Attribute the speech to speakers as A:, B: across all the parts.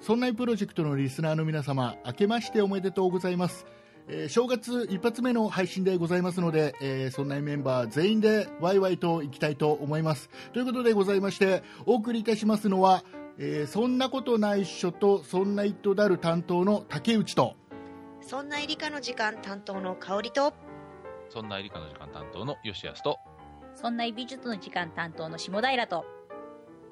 A: そんなプロジェクトのリスナーの皆様明けましておめでとうございます、えー正月一発目の配信でございますので、えーそんなメンバー全員でワイワイといきたいと思いますということでございましてお送りいたしますのは、えーそんなことないっしょとそんな一途だる担当の竹内と
B: そんな理科の時間担当の香りと
C: そんな理科の時間担当の吉安と、
D: そんな美術の時間担当の下平と、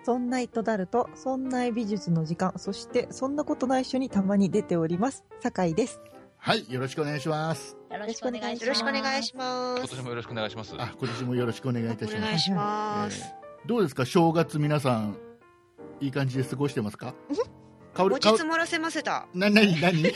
E: そんな糸だると、そんな美術の時間、そして、そんなことない緒にたまに出ております。酒井です。
A: はいよろしくお願いします
D: よろ
E: しくお願いします
B: よろしくお願いしま
C: 今
B: す
C: 年もよろしくお願いします。
A: あ今年もよろしくお願いいたしま
B: お
A: す
B: 願いします、
A: えーどうですか正月皆さんいい感じで過ごしてますか香り
B: 持ち
A: 香り
B: 詰まらせませた
A: な何何
B: 持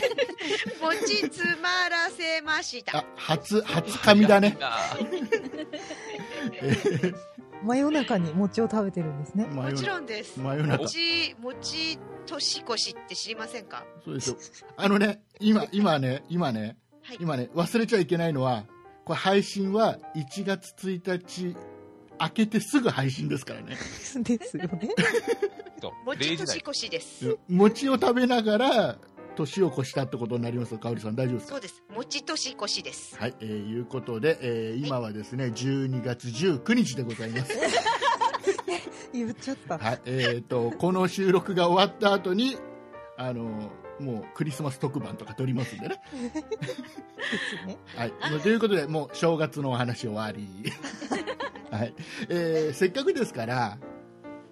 B: ち詰まらせました
A: あ初初髪だね
C: あー。
A: えー
E: 真夜中に餅を食べてるんですね。
A: 真
B: もち
A: 夜
B: ろんです
A: 真夜中
B: 餅餅年越しって知りませんか
A: そうですよあのね今今ね今ね
B: はい
A: 今ね忘れちゃいけないのはこれ配信は1月1日明けてすぐ配信です からね
E: ですよね。
C: と
B: 餅
C: 0時
B: 年
C: 台。
B: 越しです
A: 餅を食べながら年を越したってことになりますよ香織さん大丈夫ですか
B: そうです餅年越しです
A: はい、えー、いうことで、えー、今はですね12月19日でござい ます
E: 言っちゃった。
A: はい、えー、とこの収録が終わった後にあのもうクリスマス特番とか撮りますんでね。
E: ですね。
A: はい、もうということでもう正月のお話終 わり、はいえーせっかくですから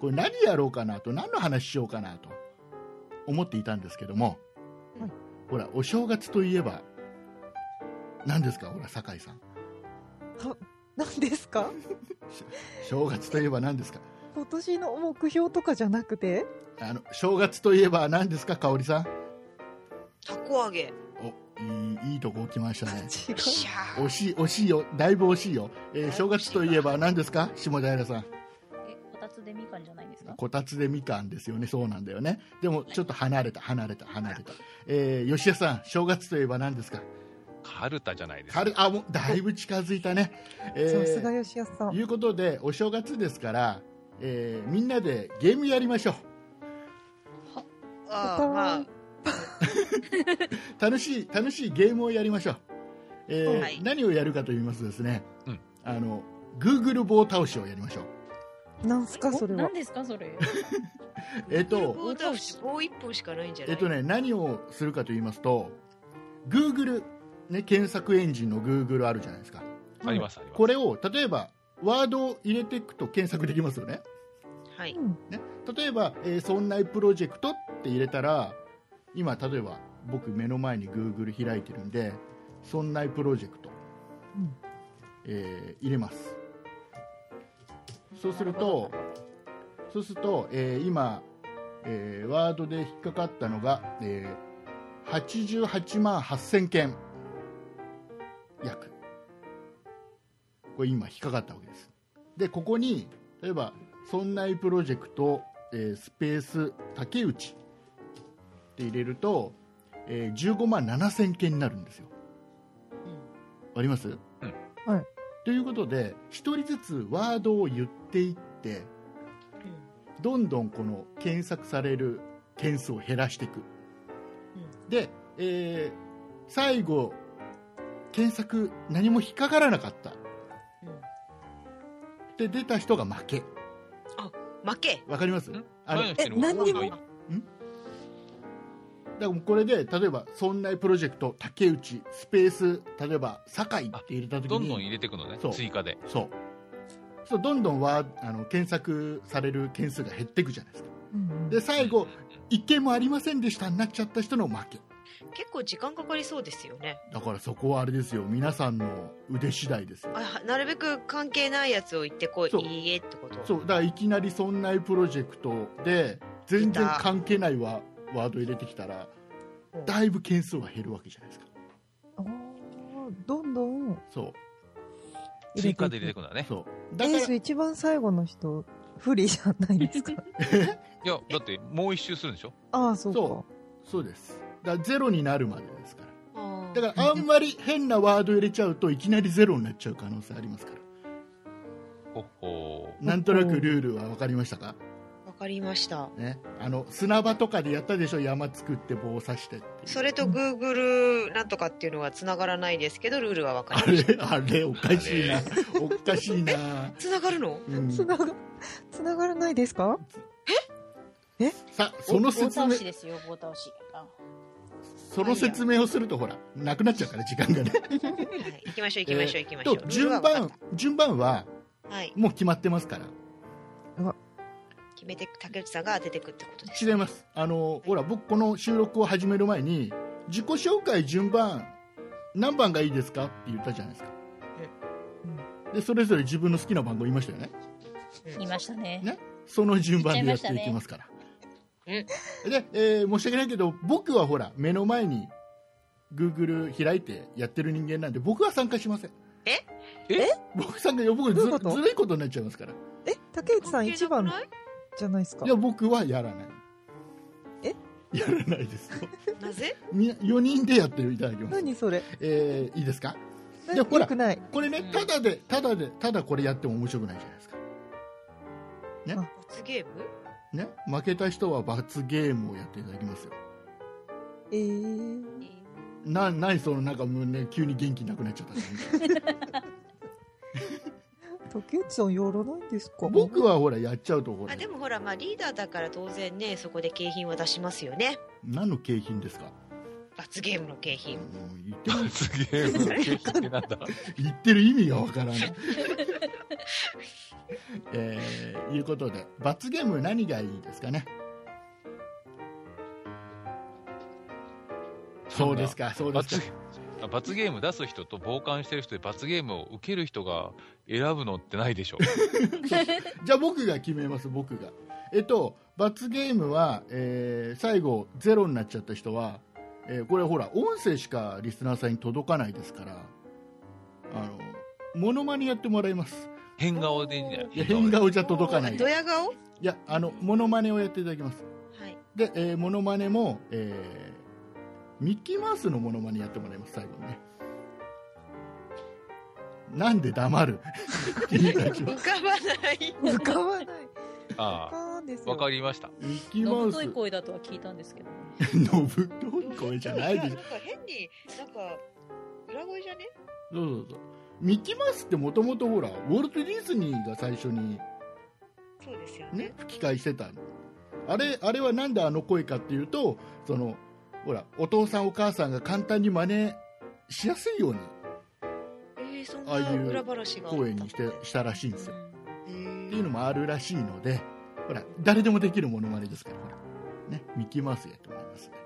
A: これ何やろうかなと何の話しようかなと思っていたんですけども、
E: はい
A: ほらお正月といえば何ですかほら酒井さん
E: 何ですか
A: 正月といえば何ですか
E: 今年の目標とかじゃなくて
A: あの正月といえば何ですか香織さん
B: たこ揚げよ
A: おいいいいとこ来ました ね
E: 違う
B: っ。しゃー
A: 惜しい惜しいよだいぶ惜しいよ、えー正月といえば何ですか下平さん
D: え、こたつでみかんじゃないですか
A: こたつでみかんですよねそうなんだよねでもちょっと離れた離れた離れた、えー吉田さん正月といえば何ですか
C: カルタじゃないですか。
A: 軽あもうだいぶ近づいたね
E: さすが
A: え
E: 吉安さ
A: ー、
E: ん。
A: いうことでお正月ですから、えーみんなでゲームやりましょう
B: あー
E: お互い
B: まあ
A: 楽しい楽しいゲームをやりましょう、えー
B: はい
A: 何をやるかと言いますとですね、
C: うん
A: あの Google 棒倒しをやりましょう
E: なんすかそれは
D: 何。ですかそれ。
A: えっ、と
B: 棒倒し棒一本しかないんじゃな
A: え
B: い
A: っとね、何をするかと言いますと、Google、ね、検索エンジンの Google あるじゃないですか。
C: ありますあります。
A: これを、例えば、ワードを入れていくと検索できますよね。
B: はい
A: ね例えば、えーそんなプロジェクトって入れたら、今、例えば、僕目の前に Google 開いてるんで、そんなプロジェクト、
E: うん
A: えー入れます。そうすると、そうすると、えー今、えーワードで引っかかったのが、えー88万8000件約これ今引っかかったわけですでここに例えば「そんなプロジェクト、えースペース竹内」って入れると、えー15万7000件になるんですよあります、
E: んはい
A: ということで1人ずつワードを言っていってどんどんこの検索される件数を減らしていく、で、えー最後検索何も引っかからなかった、で出た人が負け
B: 負け
A: わかります
C: ん
A: あの
C: 前の
A: だか
C: 人
E: え何に
C: も
E: も
C: 多いの
A: らもうこれで例えば「そんなプロジェクト竹内スペース例えば酒井」って入れた時に
C: どんどん入れていくのね
A: そう。
C: 追加で。
A: そうそうどんどんはあの検索される件数が減っていくじゃないですか
E: うん
A: で最後一件もありませんでしたになっちゃった人の負け
B: 結構時間かかりそうですよね
A: だからそこはあれですよ皆さんの腕次第ですよ
B: あなるべく関係ないやつを言ってこい
A: そう
B: いいえってこと
A: そうだからいきなり「そんなプロジェクト」で全然
B: 出た
A: 関係ないワワード入れてきたら
B: うん
A: だいぶ件数は減るわけじゃないですか
E: おーどんどん
A: そう
E: 入れ
C: 追
E: て
C: 加
E: い
C: で入れていくのね。
A: そう
E: エ
A: だから
E: ース一番最後の人、不利じゃないで すか。
C: いや、だってもう一周するんでしょ
E: ああ、そうか。
A: そそうですだからゼロになるまでですから
B: あー
A: だからあんまり変なワード入れちゃうといきなりゼロになっちゃう可能性ありますから
C: ほっほ
A: なんとなくルールは分かりましたか
B: わかりました。
A: ね、あの砂場とかでやったでしょ山作って棒を刺してっていう
B: それと Google なんとかっていうのはつながらないですけど、ルールはわか
A: あ
B: りま
A: れ
B: した。
A: あれおかしいなおかしいな、
B: つながるの
A: うん、
E: つなが、つながらないですか
A: さその説
D: 棒
A: 明
D: 倒しですよ、棒倒し。あ
A: その説明をするとほらなくなっちゃうから時間がね
B: はい、行き ましょう、行きましょう、行きましょ
A: と
B: う。ルー
A: 順
B: ルはわか
A: 番
B: っ
A: 順番は
B: たはい。
A: もう決まってますから
B: 決めて、竹内さんが当ててくってことです。
A: 違いますあのほら僕この収録を始める前に自己紹介順番何番がいいですかって言ったじゃないですかでそれぞれ自分の好きな番号言いましたよね
D: 言いましたね。
A: ねその順番でやっていきますから、
B: 言っ
A: で、えー申し訳ないけど僕はほら目の前に Google 開いてやってる人間なんで僕は参加しません
B: え
C: え
A: 僕参加僕ず
E: どういうこと
A: ずるいことになっちゃいますから
E: え、竹内さん一番
B: 関係な
E: じゃないですか
A: いや僕はやらない
E: え
A: やらないですよ
B: くないなぜ
A: み4人でやっていただきます、
E: 何それ
A: えーいいですか
E: な
A: でほら
E: よくない。
A: これね
C: うん
A: ただでただでただこれやっても面白くないじゃないですか
B: 罰ゲーム
A: ね負けた人は罰ゲームをやっていただきますよ
E: えー、
A: なないそのなんかもうね急に元気なくなっちゃった感じ
E: 竹内さんやらないんですか
A: 僕はほらやっちゃうとほら
B: あでもほら、まあ、リーダーだから当然ねそこで景品は出しますよね
A: 何の景品ですか
B: 罰ゲームの景品
A: うん言ってる
C: 罰ゲームの景品ってなんだ
A: 言ってる意味がわからない えー、いうことで罰ゲーム何がいいですかねそうですか そうです
C: 罰
A: か
C: あ罰ゲーム出す人と傍観してる人で罰ゲームを受ける人が選ぶのってないで しょ
A: じゃあ僕が決めます僕がえっと罰ゲームは、えー最後ゼロになっちゃった人は、えーこれほら音声しかリスナーさんに届かないですからあのモノマネやってもらいます
C: 変顔でいいんじゃない
A: いや変顔じゃ届かない
B: ドヤ顔はい
A: やあのモノマネをやっていただきます
B: い
A: で、えー、モノマネも、えーミッキーマウスのモノマネやってもらいます最後にねなんで黙る っていう感じ
B: 浮
A: は
B: かばない
E: 浮かばない。浮
C: あ
E: かばんです
C: あ
E: よ。
C: わかりました
A: ミッキーマ
D: の
A: ウ
D: ぶ
A: ス
D: とい声だとは聞いたんですけどね。
A: のぶとい声 じゃないでし
B: な
A: ょ
B: んか変になんか裏声じゃね
A: そうそうそうミッキーマウスってもともとほらウォルト・ディズニーが最初に、
B: そうですよね
A: ね、吹き替えしてたのあれあれはなんであの声かっていうとそのほらお父さんお母さんが簡単に真似しやすいように
B: えー、そん
A: ああ
B: な
A: いう
B: 裏話があった
A: 声にしてしたらしいんですよって
B: え
A: いう
B: ー
A: のもあるらしいのでほら誰でもできるものまねですからほら、ね、ミッキーマウスやってもらいますね。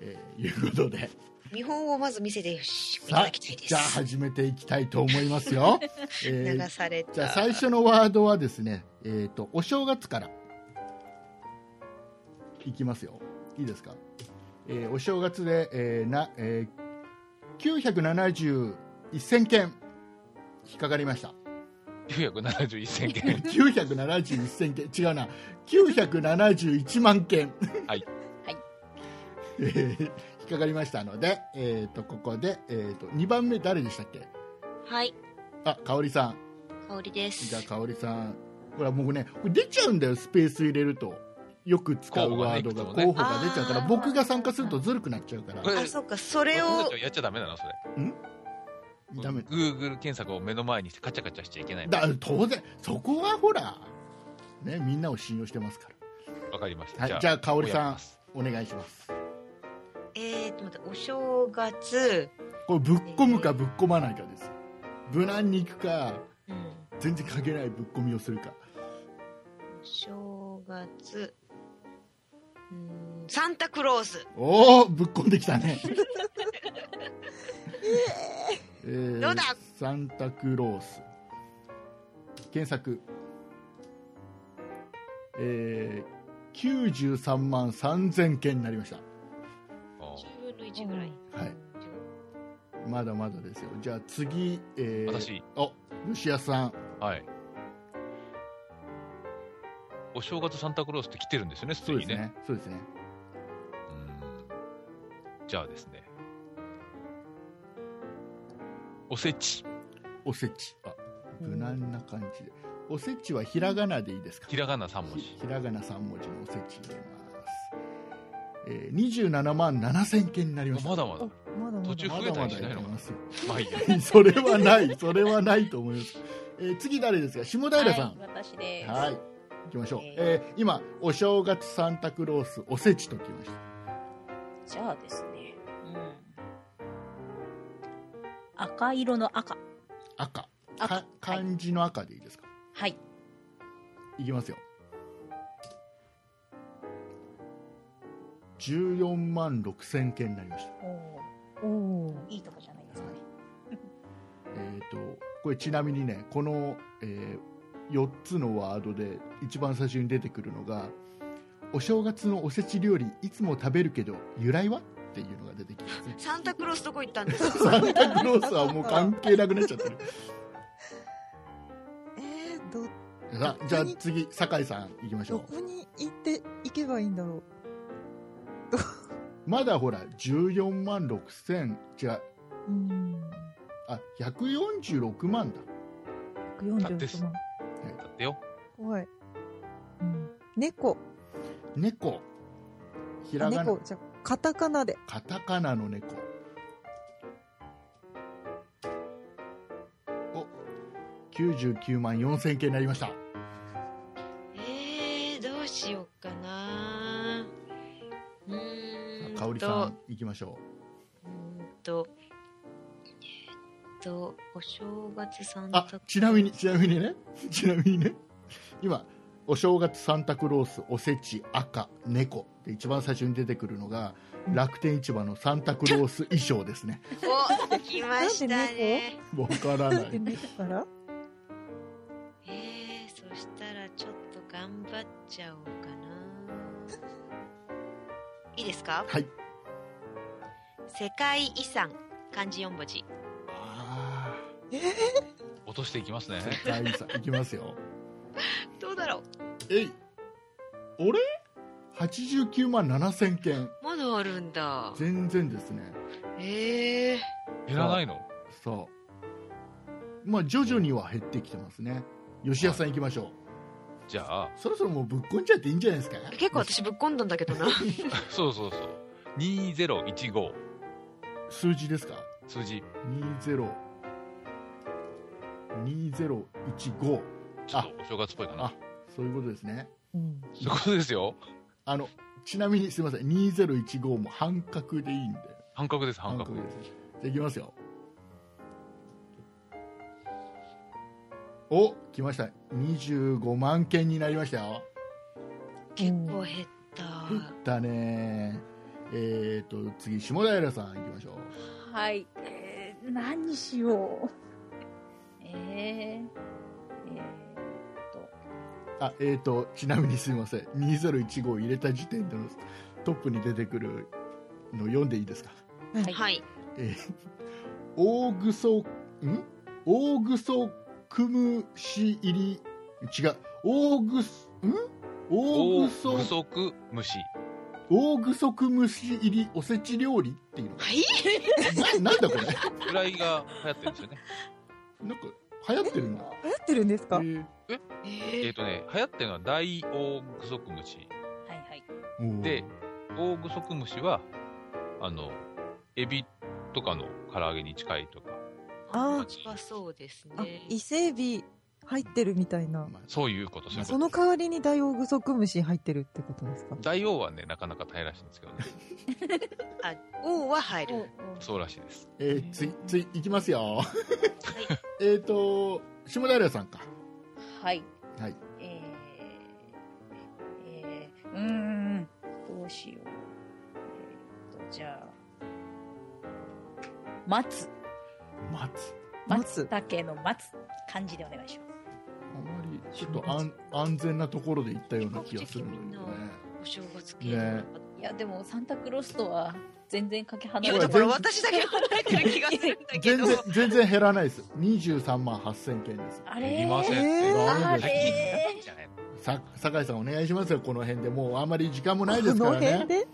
A: えーいうことで
B: 見本をまず見せていた
A: さあ
B: だきたいです
A: じゃあ始めていきたいと思います よ。え
B: 流
A: ー
B: された
A: じゃあ最初のワードはですね、えっとお正月からいきますよいいですか、えーお正月で、えーなえー、971,000件引っかかりました
C: 971千件
A: 971,000件違うな971万件
C: はい
D: はい
A: えー引っかかりましたので、えー、とここで、えー、と2番目誰でしたっけ
B: はい
A: あ香織さん
B: 香りです
A: じゃあ香織さんほらもうねこれ出ちゃうんだよスペース入れるとよく使うワードが
C: 候補がね
A: 候補が出ちゃうから
B: あー
A: 僕が参加するとずるくなっちゃうから
C: これ
B: あそっかそれ
C: 私
B: を
C: たちはやっちゃダメなのそれ
A: ダメ
C: Google 検索を目の前にしてカチャカチャしちゃいけない
A: だ当然そこはほらねみんなを信用してますか
C: わかりました、
A: ら、はい、じゃあ香織
C: こうやり
A: さん
C: ます
A: お願いします
B: えー、と待ってお正月、
A: これぶっ込むかぶっ込まないかです無難に行くか
B: うん、
A: 全然関係ないぶっ込みをするか
B: 正月うーんサンタクロース
A: おおぶっ込んできた ねえー
B: どうだ
A: サンタクロース検索えー、93万3000件になりました
C: おう
B: 10分の1ぐらい、
A: はいまだまだですよじゃあ次、えー、
C: 私
A: お吉谷さん
C: はいお正月サンタクロースって来てるんですよね、す
A: そう
C: で
A: で
C: に
A: すね
C: ね。
A: そうですね
C: うんじゃあですね。おせち。
A: おせちあ無難な感じでおせちはひらがなでいいですか
C: ひらがな3文字
A: ひ。ひらがな3文字のおせち入れます、えー、27万7000件になりました
C: まだまだ
E: お。まだま
C: 途中
E: だ。
A: ま
C: 増え
A: だ
C: た
A: ま
C: り
A: だ
C: しない
A: や
C: のか
A: ってますよ
C: まあいいや。
A: それはないそれはないと思います、えー次誰ですか下平さん
D: はい、私です。
A: はい
D: い。
A: 行きましょう、
D: え
A: えー今お正月サンタクロースおせちときました
D: じゃあですね。うん。赤色の赤。
A: 赤
D: 赤
A: か漢字の赤でいいですか
D: はい。
A: いきますよ14万6000件になりました
D: おお
E: おー
D: ー、いいとこじゃないですかね。
A: えー、とこれちなみにねこの、え4つのワードで一番最初に出てくるのが「お正月のおせち料理いつも食べるけど由来は?」っていうのが出てきますね
B: サンタクロースどこ行ったんですか
A: サンタクロースはもう関係なくなっちゃってる
E: えー、ど、
A: さあじゃあ次酒井さんいきましょ
E: ど
A: う
E: こに行って、行けばいいんだろう。
A: まだほら14万6000違う
E: うーん。
A: あ146万だ
E: 146万。
C: だってよ。
E: 怖い。うん。猫。
A: 猫ひらがな
E: 猫。じゃあ、カタカナで。
A: カタカナの猫お99万4000件になりました
B: えー、どうしようかなうーんと
A: 香織さん行きましょ
B: うーんとえーっとお正月サン
A: う
B: タ
A: あ
B: クロース
A: ちなみにちなみにね ちなみにね今お正月サンタクロースおせち赤猫で一番最初に出てくるのが
E: うん
A: 楽天市場のサンタクロース衣装ですね
B: お来ましたね
A: わからな
E: なんで
A: い
E: 猫から
B: えー、そしたらちょっと頑張っちゃおうかないいですか
A: はい
B: 世界遺産漢字4文字
A: あ
C: 落としていきますね
A: ー。世界遺産行きますよ
B: どうだろう
A: えい俺89万7000件
B: まだあるんだ
A: 全然ですね
B: ええ
C: 減らないの
A: そうまあ徐々には減ってきてますね吉安さん行きましょう、
C: じゃあ、
A: そろそろもうぶっこんじゃっていいんじゃないですか
B: 結構私ぶっ込んだんだけどな
C: そうそうそう。2015。
A: 数字ですか
C: 数字。
A: 202015
C: ちょっとお正月っぽいかな
A: あ。そういうことですね
E: うん。
C: そういうことですよ。
A: あのちなみにすいません2015も半角でいいんで
C: 半角です、半角。
A: ですねじゃあいきますよお来ました25万件になりましたよ
B: 結構減った
A: だねえー、と次下平さん行きましょう
D: はい。えー、何しよう。えー、えー、と、
A: あえー、とちなみにすいません2015を入れた時点でのトップに出てくるの読んでいいですか
E: はい
B: はい
A: えー、大ぐそん大ぐそくむし入り違う大ぐすん大
C: 大
A: ぐそ
C: 不足虫。
A: 大ぐそくむし入りおせち料理っていうの
B: はい
A: ななんだこれなんか
C: 位が流行ってるんですよね。
A: 流行ってるんだ
E: 流行ってるんです
A: え
E: か
A: ー
C: えっ
B: え
C: とね、流行ってるのは大大不足虫。
D: はいはい。
A: おー
C: で大具足虫は、あの、エビとかの唐揚げに近いとか、
E: あ
B: はそうです
E: あ
B: ね、
E: 伊勢海老入ってるみたいな。
A: まあ
C: そういうこと、そういうこ
E: そ
C: と。
E: の代わりにダイオウグソクムシ入ってるってことですか
C: 大王はね、なかなか大変らしいんですけどね。
B: あ王は入る
C: そうらしいです。
A: えー、ついついいきますよ
B: はい
A: えっと下平さんか
D: はい。
A: はい
D: えー、えー、うーん、どうしよう。えー、と、じゃあ、松。
A: 松
E: 松
D: 松茸の松。漢字でお願いします。
A: あまりちょっと安安全なところで行ったような気がするんだけどね
B: お正月系の
A: ね
D: いや、でも、サンタクロースとは全然かけ離
B: い
D: れ
B: や
D: て
B: だ
D: る
B: から私だけ離れてる気がするんだけ
A: 全
B: ど
A: 然全然減らないです23万8000件です
D: あ
C: いり
D: れ
C: ませんって。
E: えー
A: あれ
D: ー
C: じゃない
A: さ酒井さんお願いしますよこの辺でもうあんまり時間もないですか
E: こ
A: ら
E: の辺
A: ね
E: で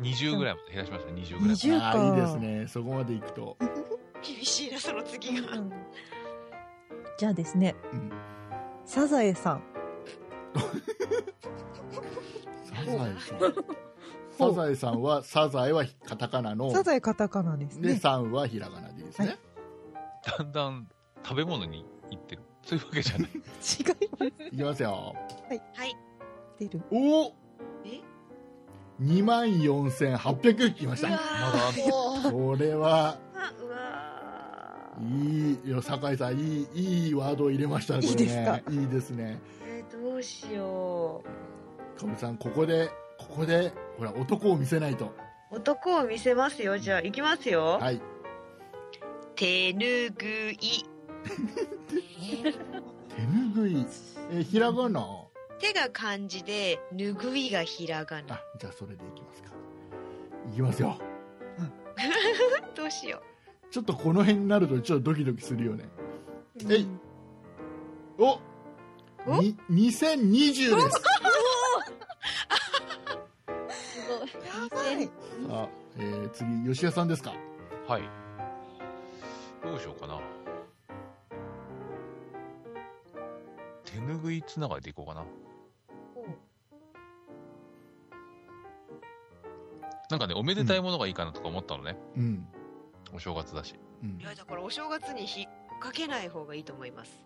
C: 20ぐらいまで減らしました、20ぐらいまで。
E: 20
A: ああいいですねそこまで行くと
B: 厳しいなその次が
E: うんじゃあですね、
A: うん
E: サザエさん、
A: サザエさん。サザエさんは、サザエはカタカナの、
E: サザエカタカナです
A: で、
E: ね。
A: さんはひらがなでいいですね。
C: だんだん食べ物に行ってる。そういうわけじゃない。
E: 違いま
A: いきますよ。
B: はい。
E: する。
A: お
B: え
A: 2万4800きまし
B: うわ
A: た。
C: まだあんの
A: これは、
B: あうわー
A: いいよ、酒井さん、いい、いいワードを入れましたね、これね。
E: いいですか
A: いいですね。
B: えーどうしよう。
A: かぶさん、ここで、ここで、ほら、男を見せないと。
B: 男を見せますよ。じゃあ、行きますよ。
A: はい。
B: 手ぬぐい。
A: 手ぬぐい。え、ひらがな。
B: 手が漢字で、ぬぐいがひらがな。
A: あ、じゃあ、それでいきますか。いきますよ。
B: どうしよ
A: ちょっとこの辺になると、ちょっとドキドキするよね。
B: う。
A: えい。お
B: お
A: に2020です。
B: す ごい。
E: はい。
A: あ、えー、次、吉谷さんですか。
C: はい。どうしようかな。手ぬぐいつながりでいこうかな。なんかね、おめでたいものがいいかなとか思ったのね。
A: うん。
C: お正月だし。
A: うん
B: い。や、だからお正月に引っ掛けない方がいいと思います。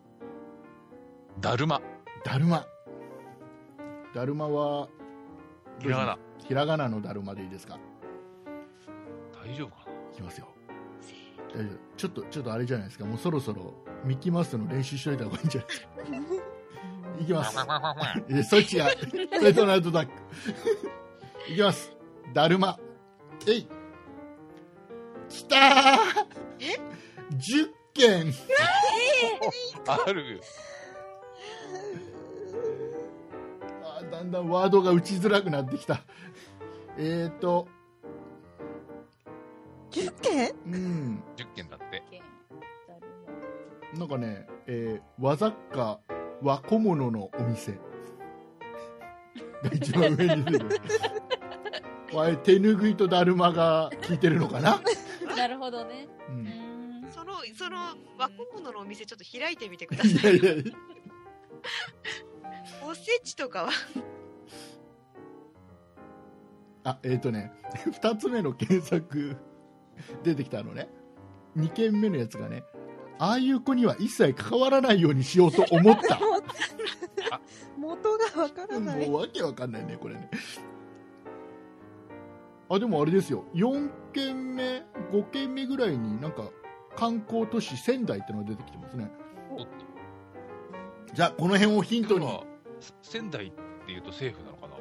C: だるま。
A: だるま。だるまは、
C: ひらがな。
A: ひらがなのだるまでいいですか。
C: 大丈夫か
A: いきますよ。大丈夫。ちょっと、ちょっとあれじゃないですか。もうそろそろ、ミッキーマウスの練習しといた方がいいんじゃないですか。い きます。
C: な
A: え、そっちや。それとナイトダック。 いきます。だるま。えい。きたー
B: え
A: !10 件。
C: ある。
A: あーだんだんワードが打ちづらくなってきた。えーと、
E: 10件
A: うん。
C: 10件だって。
D: けんだる
A: なんかね、えー、和雑貨若者のお店が一番上に出てくるわい手ぬぐいとだるまが効いてるのかな、
D: まなるほどね。
A: う、
D: うん
A: い
D: ん。
B: その、その、若者のお店ちょっと開いてみてく ださ
A: や
B: い
A: い
B: よ。
A: やいや
B: おせちとかは。
A: あえっ、とね2つ目の検索出てきたのね2件目のやつがねああいう子には一切関わらないようにしようと思った
E: 元がわからな
A: も
E: い。
A: うわけわかんないねこれねあでもあれですよ4件目5件目ぐらいになんか観光都市仙台ってのが出てきてますね
C: おっ
A: じゃあこの辺をヒント
C: と。
A: に、
C: 今は、せ仙台っていうとセーフなのかな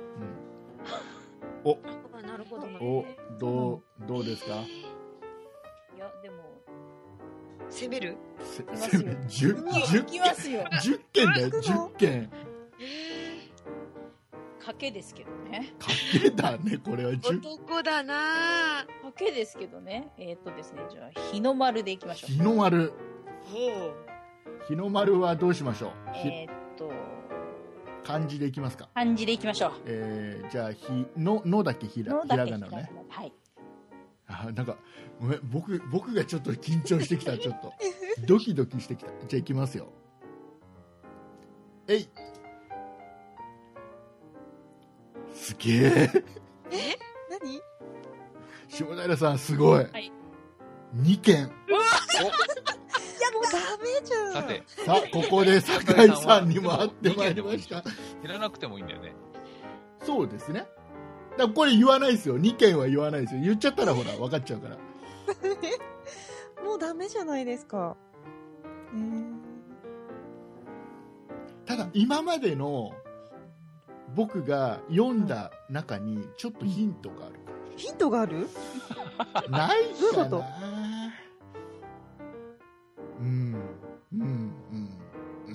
A: うん
B: あなるほどな。
A: おどうどうですか
D: いや、でも、
B: 攻める
A: せ
D: きま
A: せ
D: すよ
A: 10
D: いきますよ。
A: 10件だよ10件
D: 賭けですけどね。
A: かけだねこれは10
B: 男だなぁ。
D: 賭けですけどね。えーっとですね、じゃあ、日の丸でいきましょう。
A: 日の丸
B: ほ
A: 日の丸はどうしましょう、ひ
D: えーっと、
A: 漢字でいきますか
D: 漢字でいきましょう。
A: えーじゃあ日ののだけひら
D: の
A: ひ
D: だ
A: ら
D: け
A: が
D: ひ
A: なの
D: らが
A: ね
D: なはい。
A: あなんかごめん僕僕がちょっと緊張してきたちょっとドキドキしてきたじゃあいきますよえいすげえ
E: 何
A: 下平さんすごい、
D: い
A: 2件
E: ダメじゃん。
C: さて、
A: さあここで酒井さんにも会ってまいりました
C: 減らなくてもいいんだよね。
A: そうですねだからこれ言わないですよ2件は言わないですよ言っちゃったらほら分かっちゃうから
E: もうダメじゃないですか。えー、
A: ただ今までの僕が読んだ中にちょっとヒントがあるか
E: ヒントがある
A: ない
E: どういう
A: か
E: こ
A: な
E: と
A: うんうんう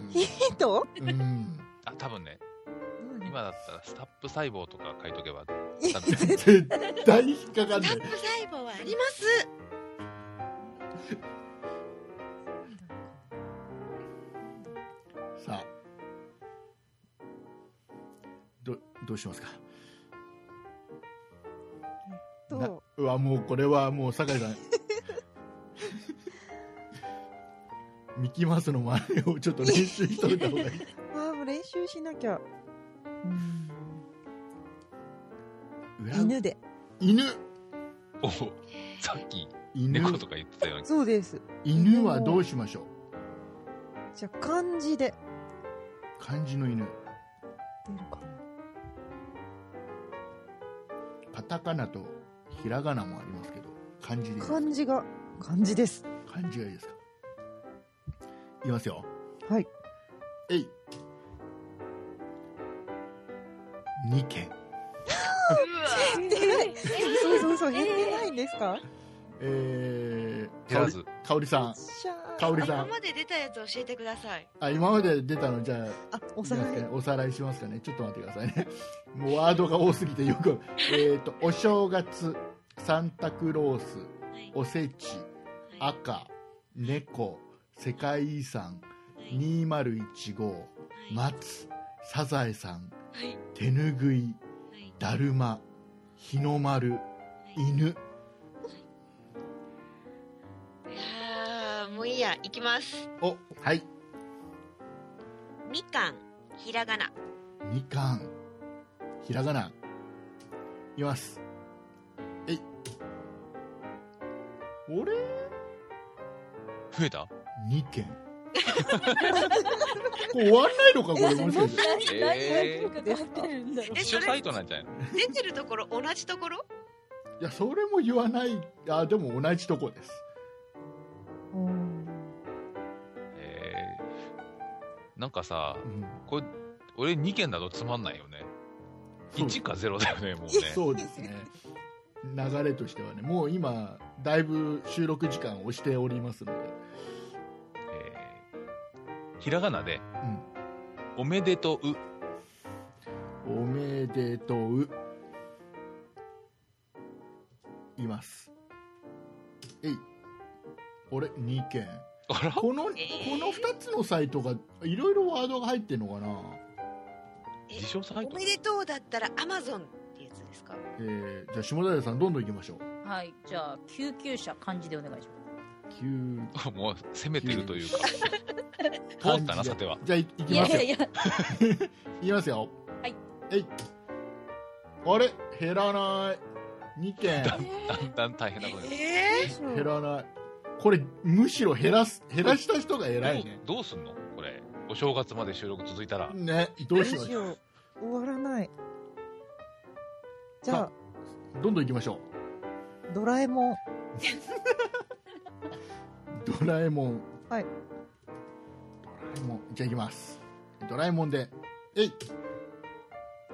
A: ん
E: ヒント
A: うんうん
C: あ、多分ね、今だったらスタップ細胞とか書いとけば、
E: い
C: 多分ね
A: 絶対引っかかん
B: う。
A: な
B: タッ
A: い
B: プ細胞はあります。
A: さあどどうしますかな
E: と、
A: うわもうこれはもう酒井さん。ミッキーマウスの真似をちょっと練習しといた方がいい。
E: ああ、もう練習しなきゃ。うん
A: 裏
E: 犬で。
A: 犬
C: おさっき
A: 犬
C: 猫とか言ってたような
E: そうです。
A: 犬はどうしましょう
E: じゃあ、漢字で。
A: 漢字の犬。
E: 出るかな。
A: カタカナとひらがなもありますけど、漢字でいいですか
E: 漢字が、漢字です。
A: 漢字がいいですかいきますよ。
E: はい。
A: えい。二件。
E: 減ってない。そうそうそう、減ってないんですか
A: えー、か
C: 減
A: らおり
C: ず、
A: かおりさん。
E: しゃ
A: かおりさ
B: 今
A: ん。
B: まで出たやつ教えてください。
A: あ、今まで出たの、じゃあ、
E: あ、おさらい。
A: おさらいしますかね。ちょっと待ってくださいね。 もうワードが多すぎてよく、えっ、と、お正月、サンタクロース、
B: はい
A: おせち、
B: はい
A: 赤、猫、世界遺産、
B: はい
A: 2015、
B: はい
A: 松、サザエさん、
B: はいはい
A: 手ぬぐい、だるま、日の丸、
B: はい
A: 犬。
B: いやーもういいや、いきます。
A: お、はい、
B: みかん、ひらがな。
A: みかん。ひらがな。いきます。えい。俺
C: 増えた
A: 2件 これ終わんないのかこれもしかして
C: えー
E: 何ですか
B: え
C: 一緒サイトなんじゃないの
B: 出てるところ同じところ
A: いやそれも言わないあでも同じとこです
E: うん
C: えー、なんかさ
A: う、ん
C: これ、俺2件だとつまんないよね。
A: そう
C: 1か0だよね、もうね。
A: そうですね流れとしてはねもう今だいぶ収録時間を押しておりますので
C: えー、ひらがなで、おめでとう。
A: おめでとういますえい俺2件
C: あら
A: このこ
B: ー
A: の2つのサイトがいろいろワードが入ってるのかな
B: え
C: 自称サイ
B: お
C: ト
B: めでとうだったらアマゾンってやつですか
A: えーじゃあ下平さんどんどん行きましょう
D: はい、じゃあ、救急車漢字でお願いしま
A: 9
C: もう攻めてるというか、通ったな、さては。
A: じゃあいい
D: す。
A: きますよい
D: や、
A: きますよ
D: はい
A: えいあれ減らない2件
C: だんだん大変なことになる
B: え
A: 減らないこれむしろ減らす減らした人が偉いね
C: どうどうすんのこれ。お正月まで収録続いたら。
A: ねどうし
E: ど
A: ま
E: うし
A: しょ
E: よう。終わらない。じゃあ、
A: うどんどん行きましょう
E: ドラえもん。
A: ドラえもん
E: はい
A: ドラえもんじゃあ行きますドラえもんでえい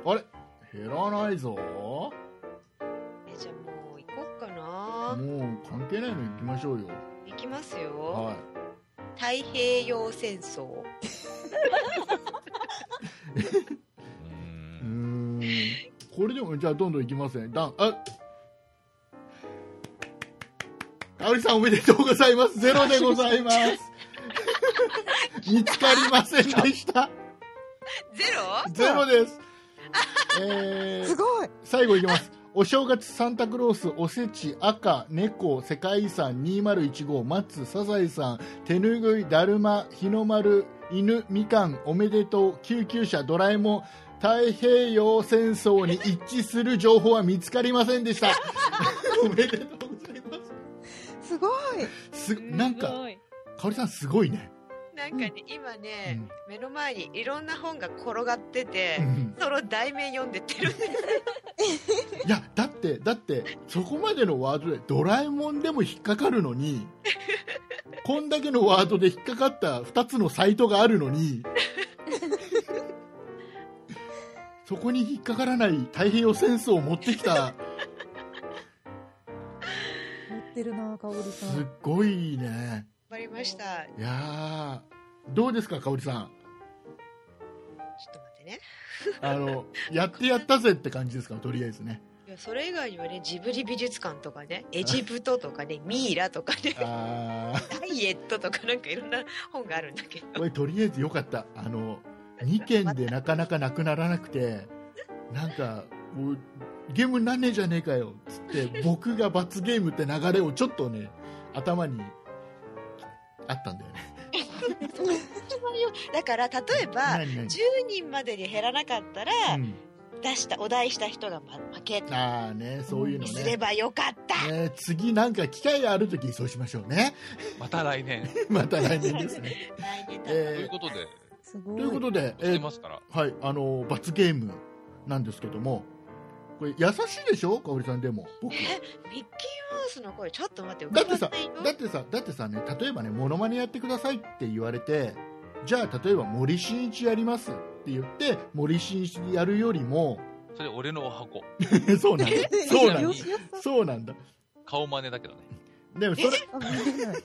A: あれ減らないぞも
B: えじゃあもう行こっか
A: う
B: な
A: 関係ないの行きましょうよ
B: 行きますよ
A: はい
B: 太平洋戦争
C: うー
A: うー
C: ん。
A: んこれでもじゃあどんどんいきますねダンあかおりさんおめでとうございますゼロでございます見つかりませんでした
B: ゼロ
A: ゼロです、え
E: す
A: ー、
E: ごい
A: 最後いきますお正月サンタクロースおせち赤猫世界遺産2015松サザエさん手ぬぐいだるま日の丸犬みかんおめでとう救急車ドラえもん太平洋戦争に一致する情報は見つかりませんでした おめでとうございます
E: すごい
A: すなんかかおりさんすごいね、
B: なんかね今ね目の前にいろんな本が転がってて
A: うん
B: その題名読んでってる
A: いやだってだってそこまでのワードで「ドラえもん」でも引っかかるのにこんだけのワードで引っかかった2つのサイトがあるのにそこに引っかからない太平洋戦争を持ってきた
E: 持ってるなかおり
A: す
E: さ
A: っ
E: ん
A: ごいね
B: わかりました
A: いやーどうですか香織さん
B: ちょっと待ってね
A: あのやってやったぜって感じですかとりあえずね
B: いやそれ以外にはねジブリ美術館とかねエジプトとかねミイラとかね
A: あー
B: ダイエットとかなんかいろんな本があるんだけど
A: これとりあえずよかったあの2件でなかなかなくならなくてなんかもうゲームになんねえじゃねえかよっつって僕が罰ゲームって流れをちょっとね頭にあったんだよね
B: だから例えば
A: 何何
B: 10人までに減らなかったら、
A: うん
B: 出したお題した人がま負けに
A: ああねそういうの
B: すれ
A: ね
B: ばよかった、
A: ね次なんか機会があるときそうしましょうね
C: また来年。
A: また来年です ね、
B: 来年だ、
C: とい
A: え
C: うことで、
E: すご
A: ーというこ
E: い。
A: とで、え
C: して
A: ー
C: ますから。
A: はいあのー罰ゲームなんですけどもこれ優しいでしょかおりさんでも僕
B: ミッキーマウスの声ちょっと待って
A: だってさ
B: 浮かばないよ
A: だってさだってさね例えばねモノマネやってくださいって言われてじゃあ例えば森進一やりますって言って森進一やるよりも
C: それ俺のお箱。
A: そうなんだそうなん
E: よ
A: だ
E: しよし
A: そうなんだ
C: 顔真似だけどね。
A: でもそれ
E: あ見てない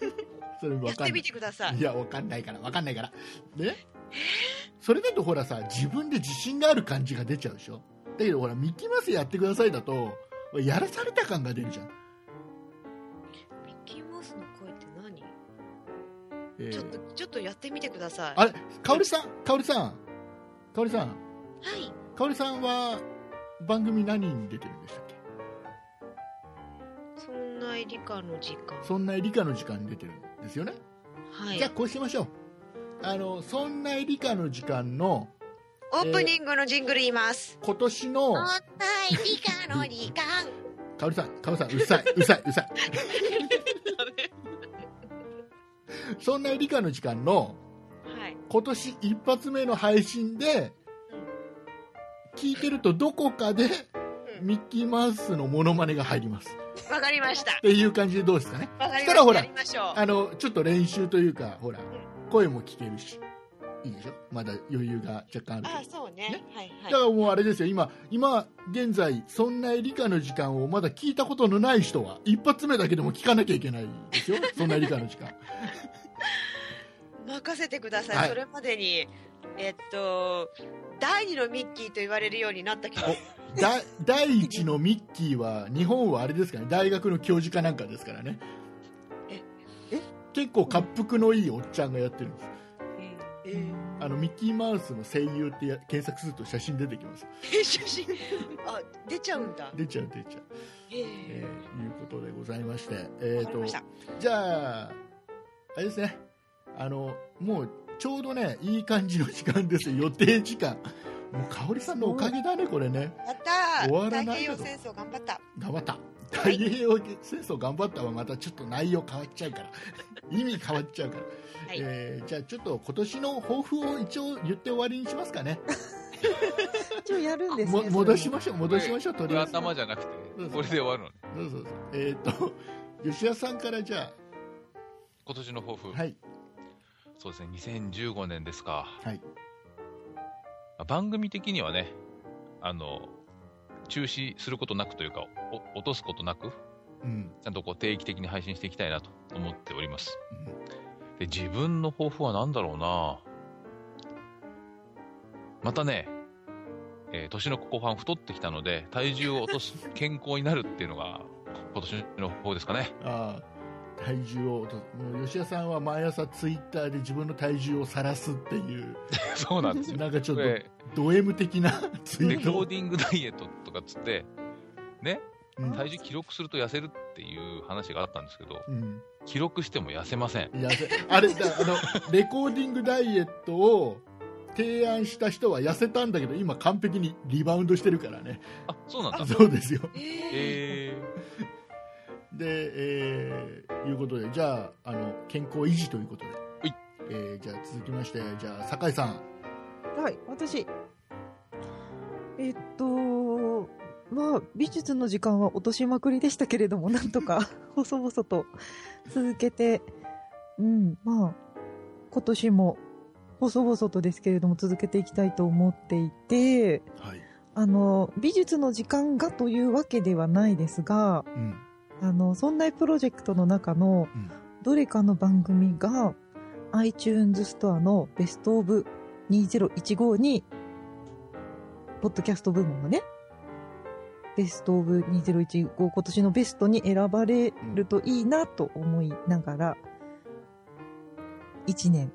A: それわ
B: や
A: か
B: っ
A: んな
B: てみ
A: い
B: てください
A: いやわかんないからわかんないからねそれだとほらさ自分で自信がある感じが出ちゃうでしょだけどほらミッキーマウスやってくださいだとやらされた感が出るじゃん、
B: ミッキーマウスの声って何、
A: えー
B: ちょっとちょっとやってみてください
A: あれかおりさんかおりさんかおりさん
B: はい
A: かおりさんは番組何に出てるんでしたっけ
B: そんな理科の時間
A: そんな理科の時間に出てるんですよね、
B: はい
A: じゃあこうしましょうあのそんな理科の時間の
B: オープニングのジングル言います、
A: 今年の
B: そんな理科の時間
A: かおりさんかおりさんうるさ いうるさいうるさいそんな理科の時間の
B: はい
A: 今年一発目の配信で
B: う
A: 聞いてるとどこかでミッキーマウスのモノマネが入りますっ
B: わかりました
A: ていう感じでどうですかね
B: わかり
A: そしたらほ
B: まし
A: ら
B: たやりましょう
A: あのちょっと練習というかほら声も聞けるしいいでしょまだ余裕が若干あるけど
B: あそうね
A: ね
B: はい
A: だ
B: はい
A: からもうあれですよ今今現在そんな理科の時間をまだ聞いたことのない人は一発目だけでも聞かなきゃいけない ですよそんな理科の時間
B: 任せてください、
A: はい
B: それまでにえっと第二のミッキーと言われるようになった気が
A: だ第一のミッキーは日本はあれですからね大学の教授かなんかですからね
B: え
A: 結構滑覆のいいおっちゃんがやってるんです
B: えー
A: あのミッキーマウスの声優ってや検索すると写真出てきます
B: 写真あ出ちゃうんだ
A: 出ちゃう出ちゃう、
B: えー
A: えーいうことでございましてえ
B: わ
A: っ、
B: かり
A: と
B: ました
A: じゃあ、あれですね、あのもうちょうどね、いい感じの時間ですよ、予定時間、もう香織さんのおかげだね、これね、
B: やった
A: 終わ
B: ー
A: ら
B: 太
A: ない
B: 平
A: よ
B: 洋戦争頑張った
A: 頑張った、太
B: い
A: 平洋戦争頑張ったはまたちょっと内容変わっちゃうから、 意味変わっちゃうから、
B: はい
A: えーじゃあちょっと今年の抱負を一応言って終わりにしますかね、
E: 一応やるんです
A: も
E: ね。
A: 戻し
E: ま
A: ましょう、戻しましょう、と
C: こ
A: り
C: れ
A: あえず。
C: 頭じゃなくて、これで終わるのね。
A: そうそうそうえっ、と吉田さんからじゃ
C: 今年の抱負。
A: あ、はい、
C: そうですね、2015年ですか。
A: はい
C: 番組的にはね、あの、中止することなくというか、お落とすことなく、
A: うん、
C: ちゃんとこう定期的に配信していきたいなと思っております。
A: うん
C: で、自分の抱負は何だろうなまたね、えー年の後半太ってきたので、体重を落とす、健康になるっていうのが、今年の抱負ですかね。
A: ああ体重を落ともう吉田さんは毎朝ツイッターで自分の体重を晒すっていう
C: そうなんですよ。
A: なんかちょっ
C: ことれ
A: ド M 的なツイ
C: レ
A: ー
C: コ
A: トを
C: ーディングダイエットとかっつって、
A: うん
C: 体重記録すると痩せるっていう話があったんですけど、
A: うん
C: 記録しても痩せません。
A: いやせあれだあのレコーディングダイエットを提案した人は痩せたんだけど今完璧にリバウンドしてるからね
C: あ、そうなんだ。
A: そうですよ
B: えー
C: え
A: で、えーいうことでじゃああの健康維持ということで
C: はい
A: えーじゃあ続きましてじゃあ酒井さん
E: はい、私。えっと、まあ、美術の時間は落としまくりでしたけれども、なんとか、細々と続けて、うん、まあ、今年も、細々とですけれども、続けていきたいと思っていて、
A: はい、
E: あの、美術の時間がというわけではないですが、
A: うん、
E: あの、そんなプロジェクトの中の
A: うん、
E: どれかの番組が、iTunes ストアのベストオブ2015に、ポッドキャスト部門のね、ベストオブ2015、今年のベストに選ばれるといいなと思いながら、1年、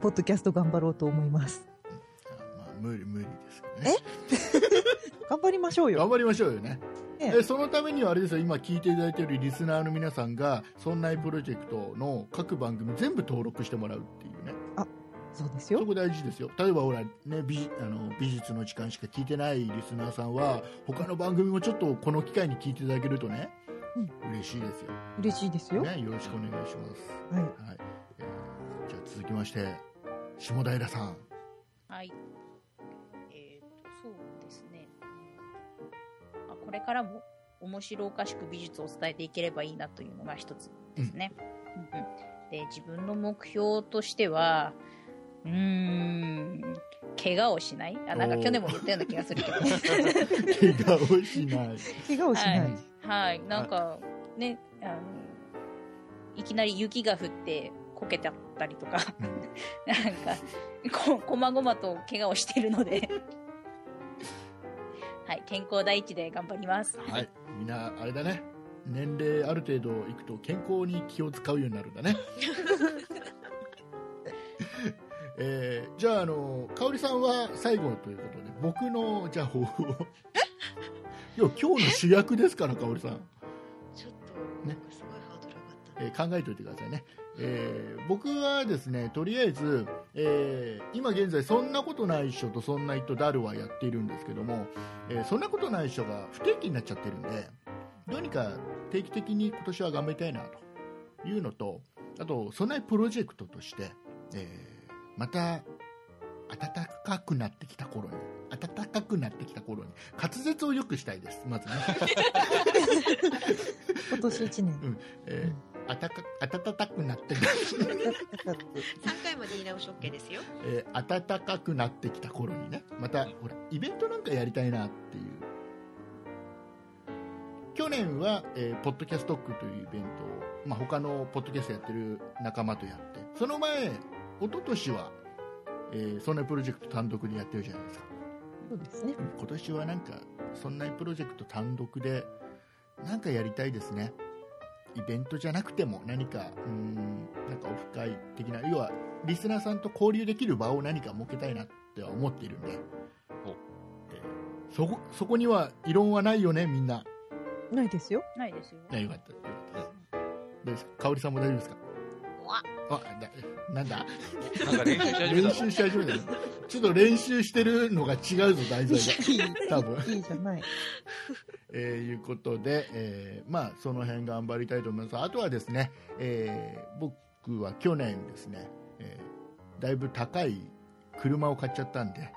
E: ポッドキャスト頑張ろうと思います。
A: まあ無理無理ですけどね
E: 頑張りましょうよ。
A: 頑張りましょうよねえそのためにはあれですよ今聞いていただいているリスナーの皆さんが「そんないプロジェクト」の各番組全部登録してもらうっていうね
E: そうです
A: そ
E: よ。
A: こ大事ですよ例えばほら、ね、美あの美術の時間しか聞いてないリスナーさんは他の番組もちょっとこの機会に聞いていただけるとね、嬉しいですよ、
E: 嬉しいですよ。は
A: ね、
E: い。
A: よろしくお願いします、はいえーじゃあ続きまして下平さん
D: はい。えっ、と、そうですね。あ、これからも面白おかしく美術を伝えていければいいなというのが一つですね。うんうんで、自分の目標としては、うーん、怪我をしないあ、なんか去年も言ったような気がす るけど。
A: 怪我を しない
E: 怪我をしない。
D: はいはい、なんかね、あの、いきなり雪が降ってこけちゃったりとか、
A: うん
D: なんか、こ、こまごまと怪我をしているので、はい、健康第一で頑張ります。
A: はい、みんなあれだね年齢ある程度いくと健康に気を使うようになるん だねえーじゃああの香織さんは最後ということで僕のじゃあ抱負をいや今日の主役ですから香織さん、
B: ちょっと、
A: ね
B: なんかすごいハードル上がった。
A: えー考えておいてくださいね、えー僕はですねとりあえず、えー今現在「そんなことないっしょ」と「そんな人だる」はやっているんですけども「えーそんなことないっしょ」が不定期になっちゃってるんでどうにか定期的に今年は頑張りたいなというのとあと「そんなプロジェクト」として、えーまた暖かくなってきた頃に暖かくなってきた頃に滑舌を良くしたいですまずね、
E: 今年一年。
A: えーあたか暖かくなって
B: 3回まで言い直し OK ですよ。
A: えー暖かくなってきた頃にねまたほらイベントなんかやりたいなっていう去年は、えーポッドキャストックというイベントを、まあ、他のポッドキャストやってる仲間とやってその前一昨年は、えーそんなプロジェクト単独でやってるじゃないですか
E: そうですね。
A: 今年はなんかそんなプロジェクト単独でなんかやりたいですねイベントじゃなくても何かうーんなんかオフ会的な要はリスナーさんと交流できる場を何か設けたいなっては思っているんで
C: お
A: えーそこそこには異論はないよねみんな、
E: ないですよ。
D: ないですよ。
A: ね、よかったよかったですどうですか香織さんも大丈夫ですか
B: わ
A: あだなんだ
C: なんか練習し始
A: 練習し
C: めた
A: 始めたねちょっと練習してるのが違うぞ題材が
E: いい、
A: 多 分
E: いいじゃない。
A: えーいうことで、えーまあ、その辺頑張りたいと思いますあとはですね、えー僕は去年ですね、えーだいぶ高い車を買っちゃったんで、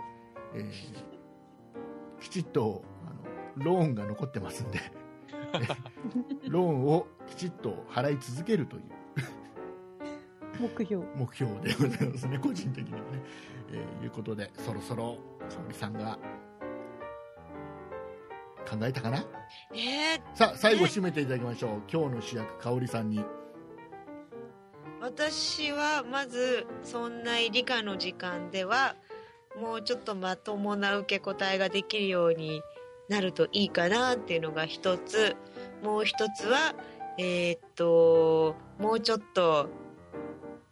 A: えーきちっとあのローンが残ってますんでローンをきちっと払い続けるという
E: 目標。
A: 目標でございますね個人的にはね、えーいうことでそろそろ香織さんが考えたかな
B: えー、
A: さあ最後締めていただきましょう今日の主役香織さんに
B: 私はまずそんな理科の時間ではもうちょっとまともな受け答えができるようになるといいかなっていうのが一つもう一つはえーっともうちょっと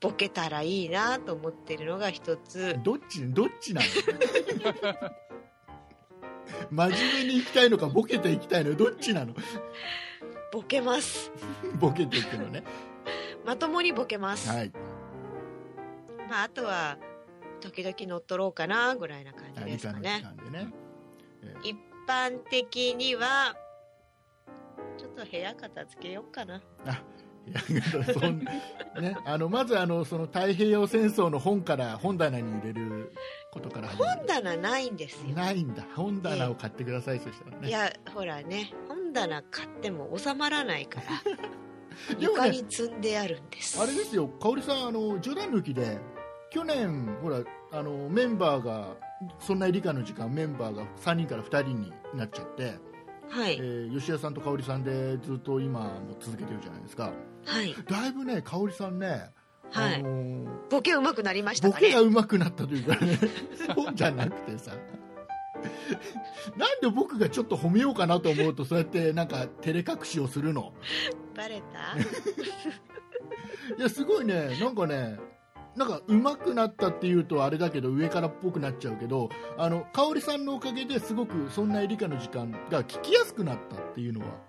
B: ボケたらいいなと思ってるのが一つ
A: どっちどっちなの 真面目にいきたいのかボケていきたいのかどっちなの
B: ボケます
A: ボケていくのね
B: まともにボケます、
A: はい
B: まあ、あとは時々乗っ取ろうかなぐらいな感じ
A: 理
B: です
A: 科
B: か
A: の
B: ね
A: 時間でね
B: 一般的にはちょっと部屋片付けようかない
A: やそんねあのまずあのその太平洋戦争の本から本棚に入れることから始める
B: 本棚ないんですよ、
A: ないんだ本棚を買ってください、そしたらね
B: いやほらね本棚買っても収まらないから
A: でも
B: 床
A: ね
B: に積んであるんです
A: あれですよ、香織さん、あの冗談抜きで、去年、ほら、あのメンバーが、そんな理科の時間、メンバーが3人から2人になっちゃって、
B: は
A: え
B: い、
A: ー吉谷さんと香織さんでずっと今も続けてるじゃないですか、
B: はい
A: だいぶね、香織さんね、
B: はい
A: あのー
B: ボケうまくなりました
A: ボ
B: か
A: ケ
B: ね
A: が上手くなったというかね、そうじゃなくてさ。なんで僕がちょっと褒めようかなと思うとそうやってなんか照れ隠しをするの
B: バレた
A: いやすごいねなんかねなんか上手くなったっていうとあれだけど上からっぽくなっちゃうけどあの香織さんのおかげですごくそんな理科の時間が聞きやすくなったっていうのは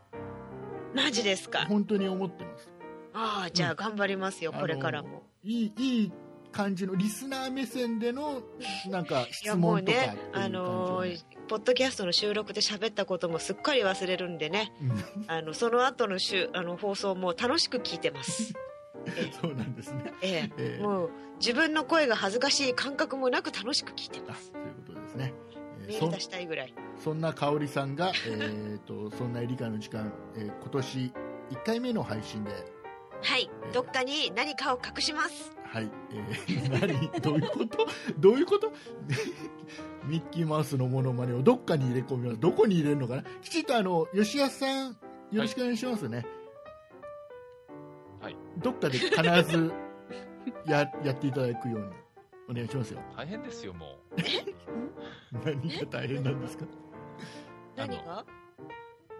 B: マジですか
A: 本当に思ってます
B: ああじゃあ頑張りますよ、
A: うん
B: これからも
A: いいいい感じのリスナー目線でのなんか
B: い
A: 質
B: やもう
A: 問とかっていう
B: ね
A: 感じ
B: あのーポッドキャストの収録で喋ったこともすっかり忘れるんでね
A: うん
B: あのその後の週あの放送も楽しく聞いてます、
A: そうなんですね、
B: え
A: え
B: え、
A: ー
B: もう自分の声が恥ずかしい感覚もなく楽しく聞いてま
A: あ
B: す
A: そういうことですね、え
B: メ
A: ー
B: ール出したいぐらい
A: そんな香織さんが、えー、とそんな理科の時間、えー今年1回目の配信で、
B: はいどっかに何かを隠します
A: はいえー 何どういうことどういうこと ミッキーマウスのモノマネをどっかに入れ込みますどこに入れるのかなきちんとあの吉安さんよろしくお願いしますね、
C: はい
A: どっかで必ずややっていただくようにお願いしますよ
C: 大変ですよ、もう。
A: 何が大変なんですか
C: あの
B: 何が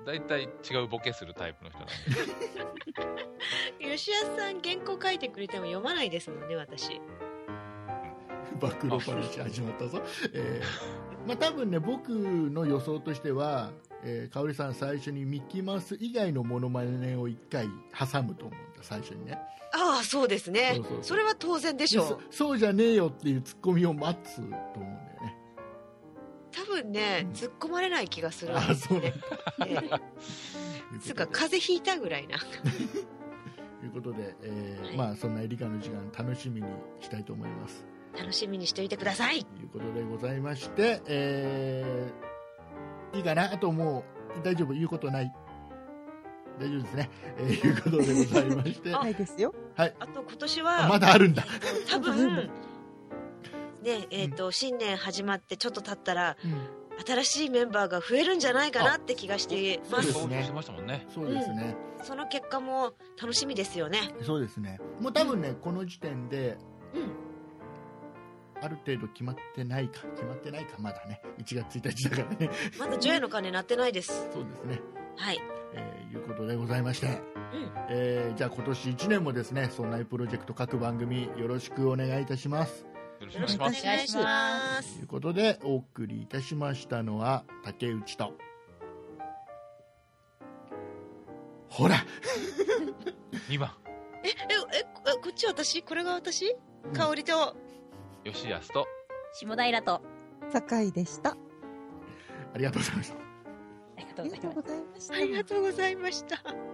C: 大体違うボケするタイプの人なんで。
B: 吉安さん原稿書いてくれても読まないですもんね私
A: 暴露話始まったぞ、えーまあ、多分ね僕の予想としては、えー、香織さん最初にミッキーマウス以外のモノマネを1回挟むと思うんだ最初にね
B: ああそうですね
A: そうそうそう
B: れは当然でしょ
A: そうそうじゃねえよっていうツッコミを待つと思うんだよね
B: 多分ね突っ込まれない気がするん
A: あ
B: です
A: そうなんだ
B: ええ
A: とい
B: つう
A: うこ
B: か
A: とで
B: 風邪ひいたぐらいな
A: ということで、えー
B: はい
A: まあ、そんな理科の時間楽しみにしたいと思います
B: 楽しみにしておいてください
A: ということでございまして、えーいいかなあともう大丈夫言うことない大丈夫ですね、えーいうことでございまして
B: あ
E: ないですよ。
B: あと今年
A: あ
B: は
A: まだあるんだ
B: 多
E: 全部
B: 分ねえっ、と、新年始まってちょっと経ったら
A: うん
B: 新しいメンバーが増えるんじゃないかなって気がして
A: そう
B: ま
A: ですすね
B: そ
C: 投票してましたもんね。
A: そうですね、
B: の結果も楽しみですよね
A: そうですねもう多分ね、この時点で、
B: うん
A: ある程度決まってないか決まってないかまだね1月1日だ からね
B: まだ除夜の鐘鳴ってないです
A: そうですね
B: はい
A: えーいうことでございまして、
B: ん
A: えーじゃあ今年1年もですね「そんなプロジェクト」各番組よろしくお願いいたします
C: よろしく
B: よ
C: お
B: ろ
C: 願い
B: し
C: し
B: くお
C: ま
B: 願
C: す。
B: いします
A: ということでお送りいたしましたのは竹内とほら
C: 2番、
B: えええこえこっち私これが私香りと
C: 吉安と、
D: 下平と、
E: 酒井でした。あ
A: ありがとうございました
D: ありがとう
E: り
D: ご
E: が
D: ざい
E: とう
D: ま
E: ご
D: す。
E: ざ
B: あ
E: いました。
B: りがとうございました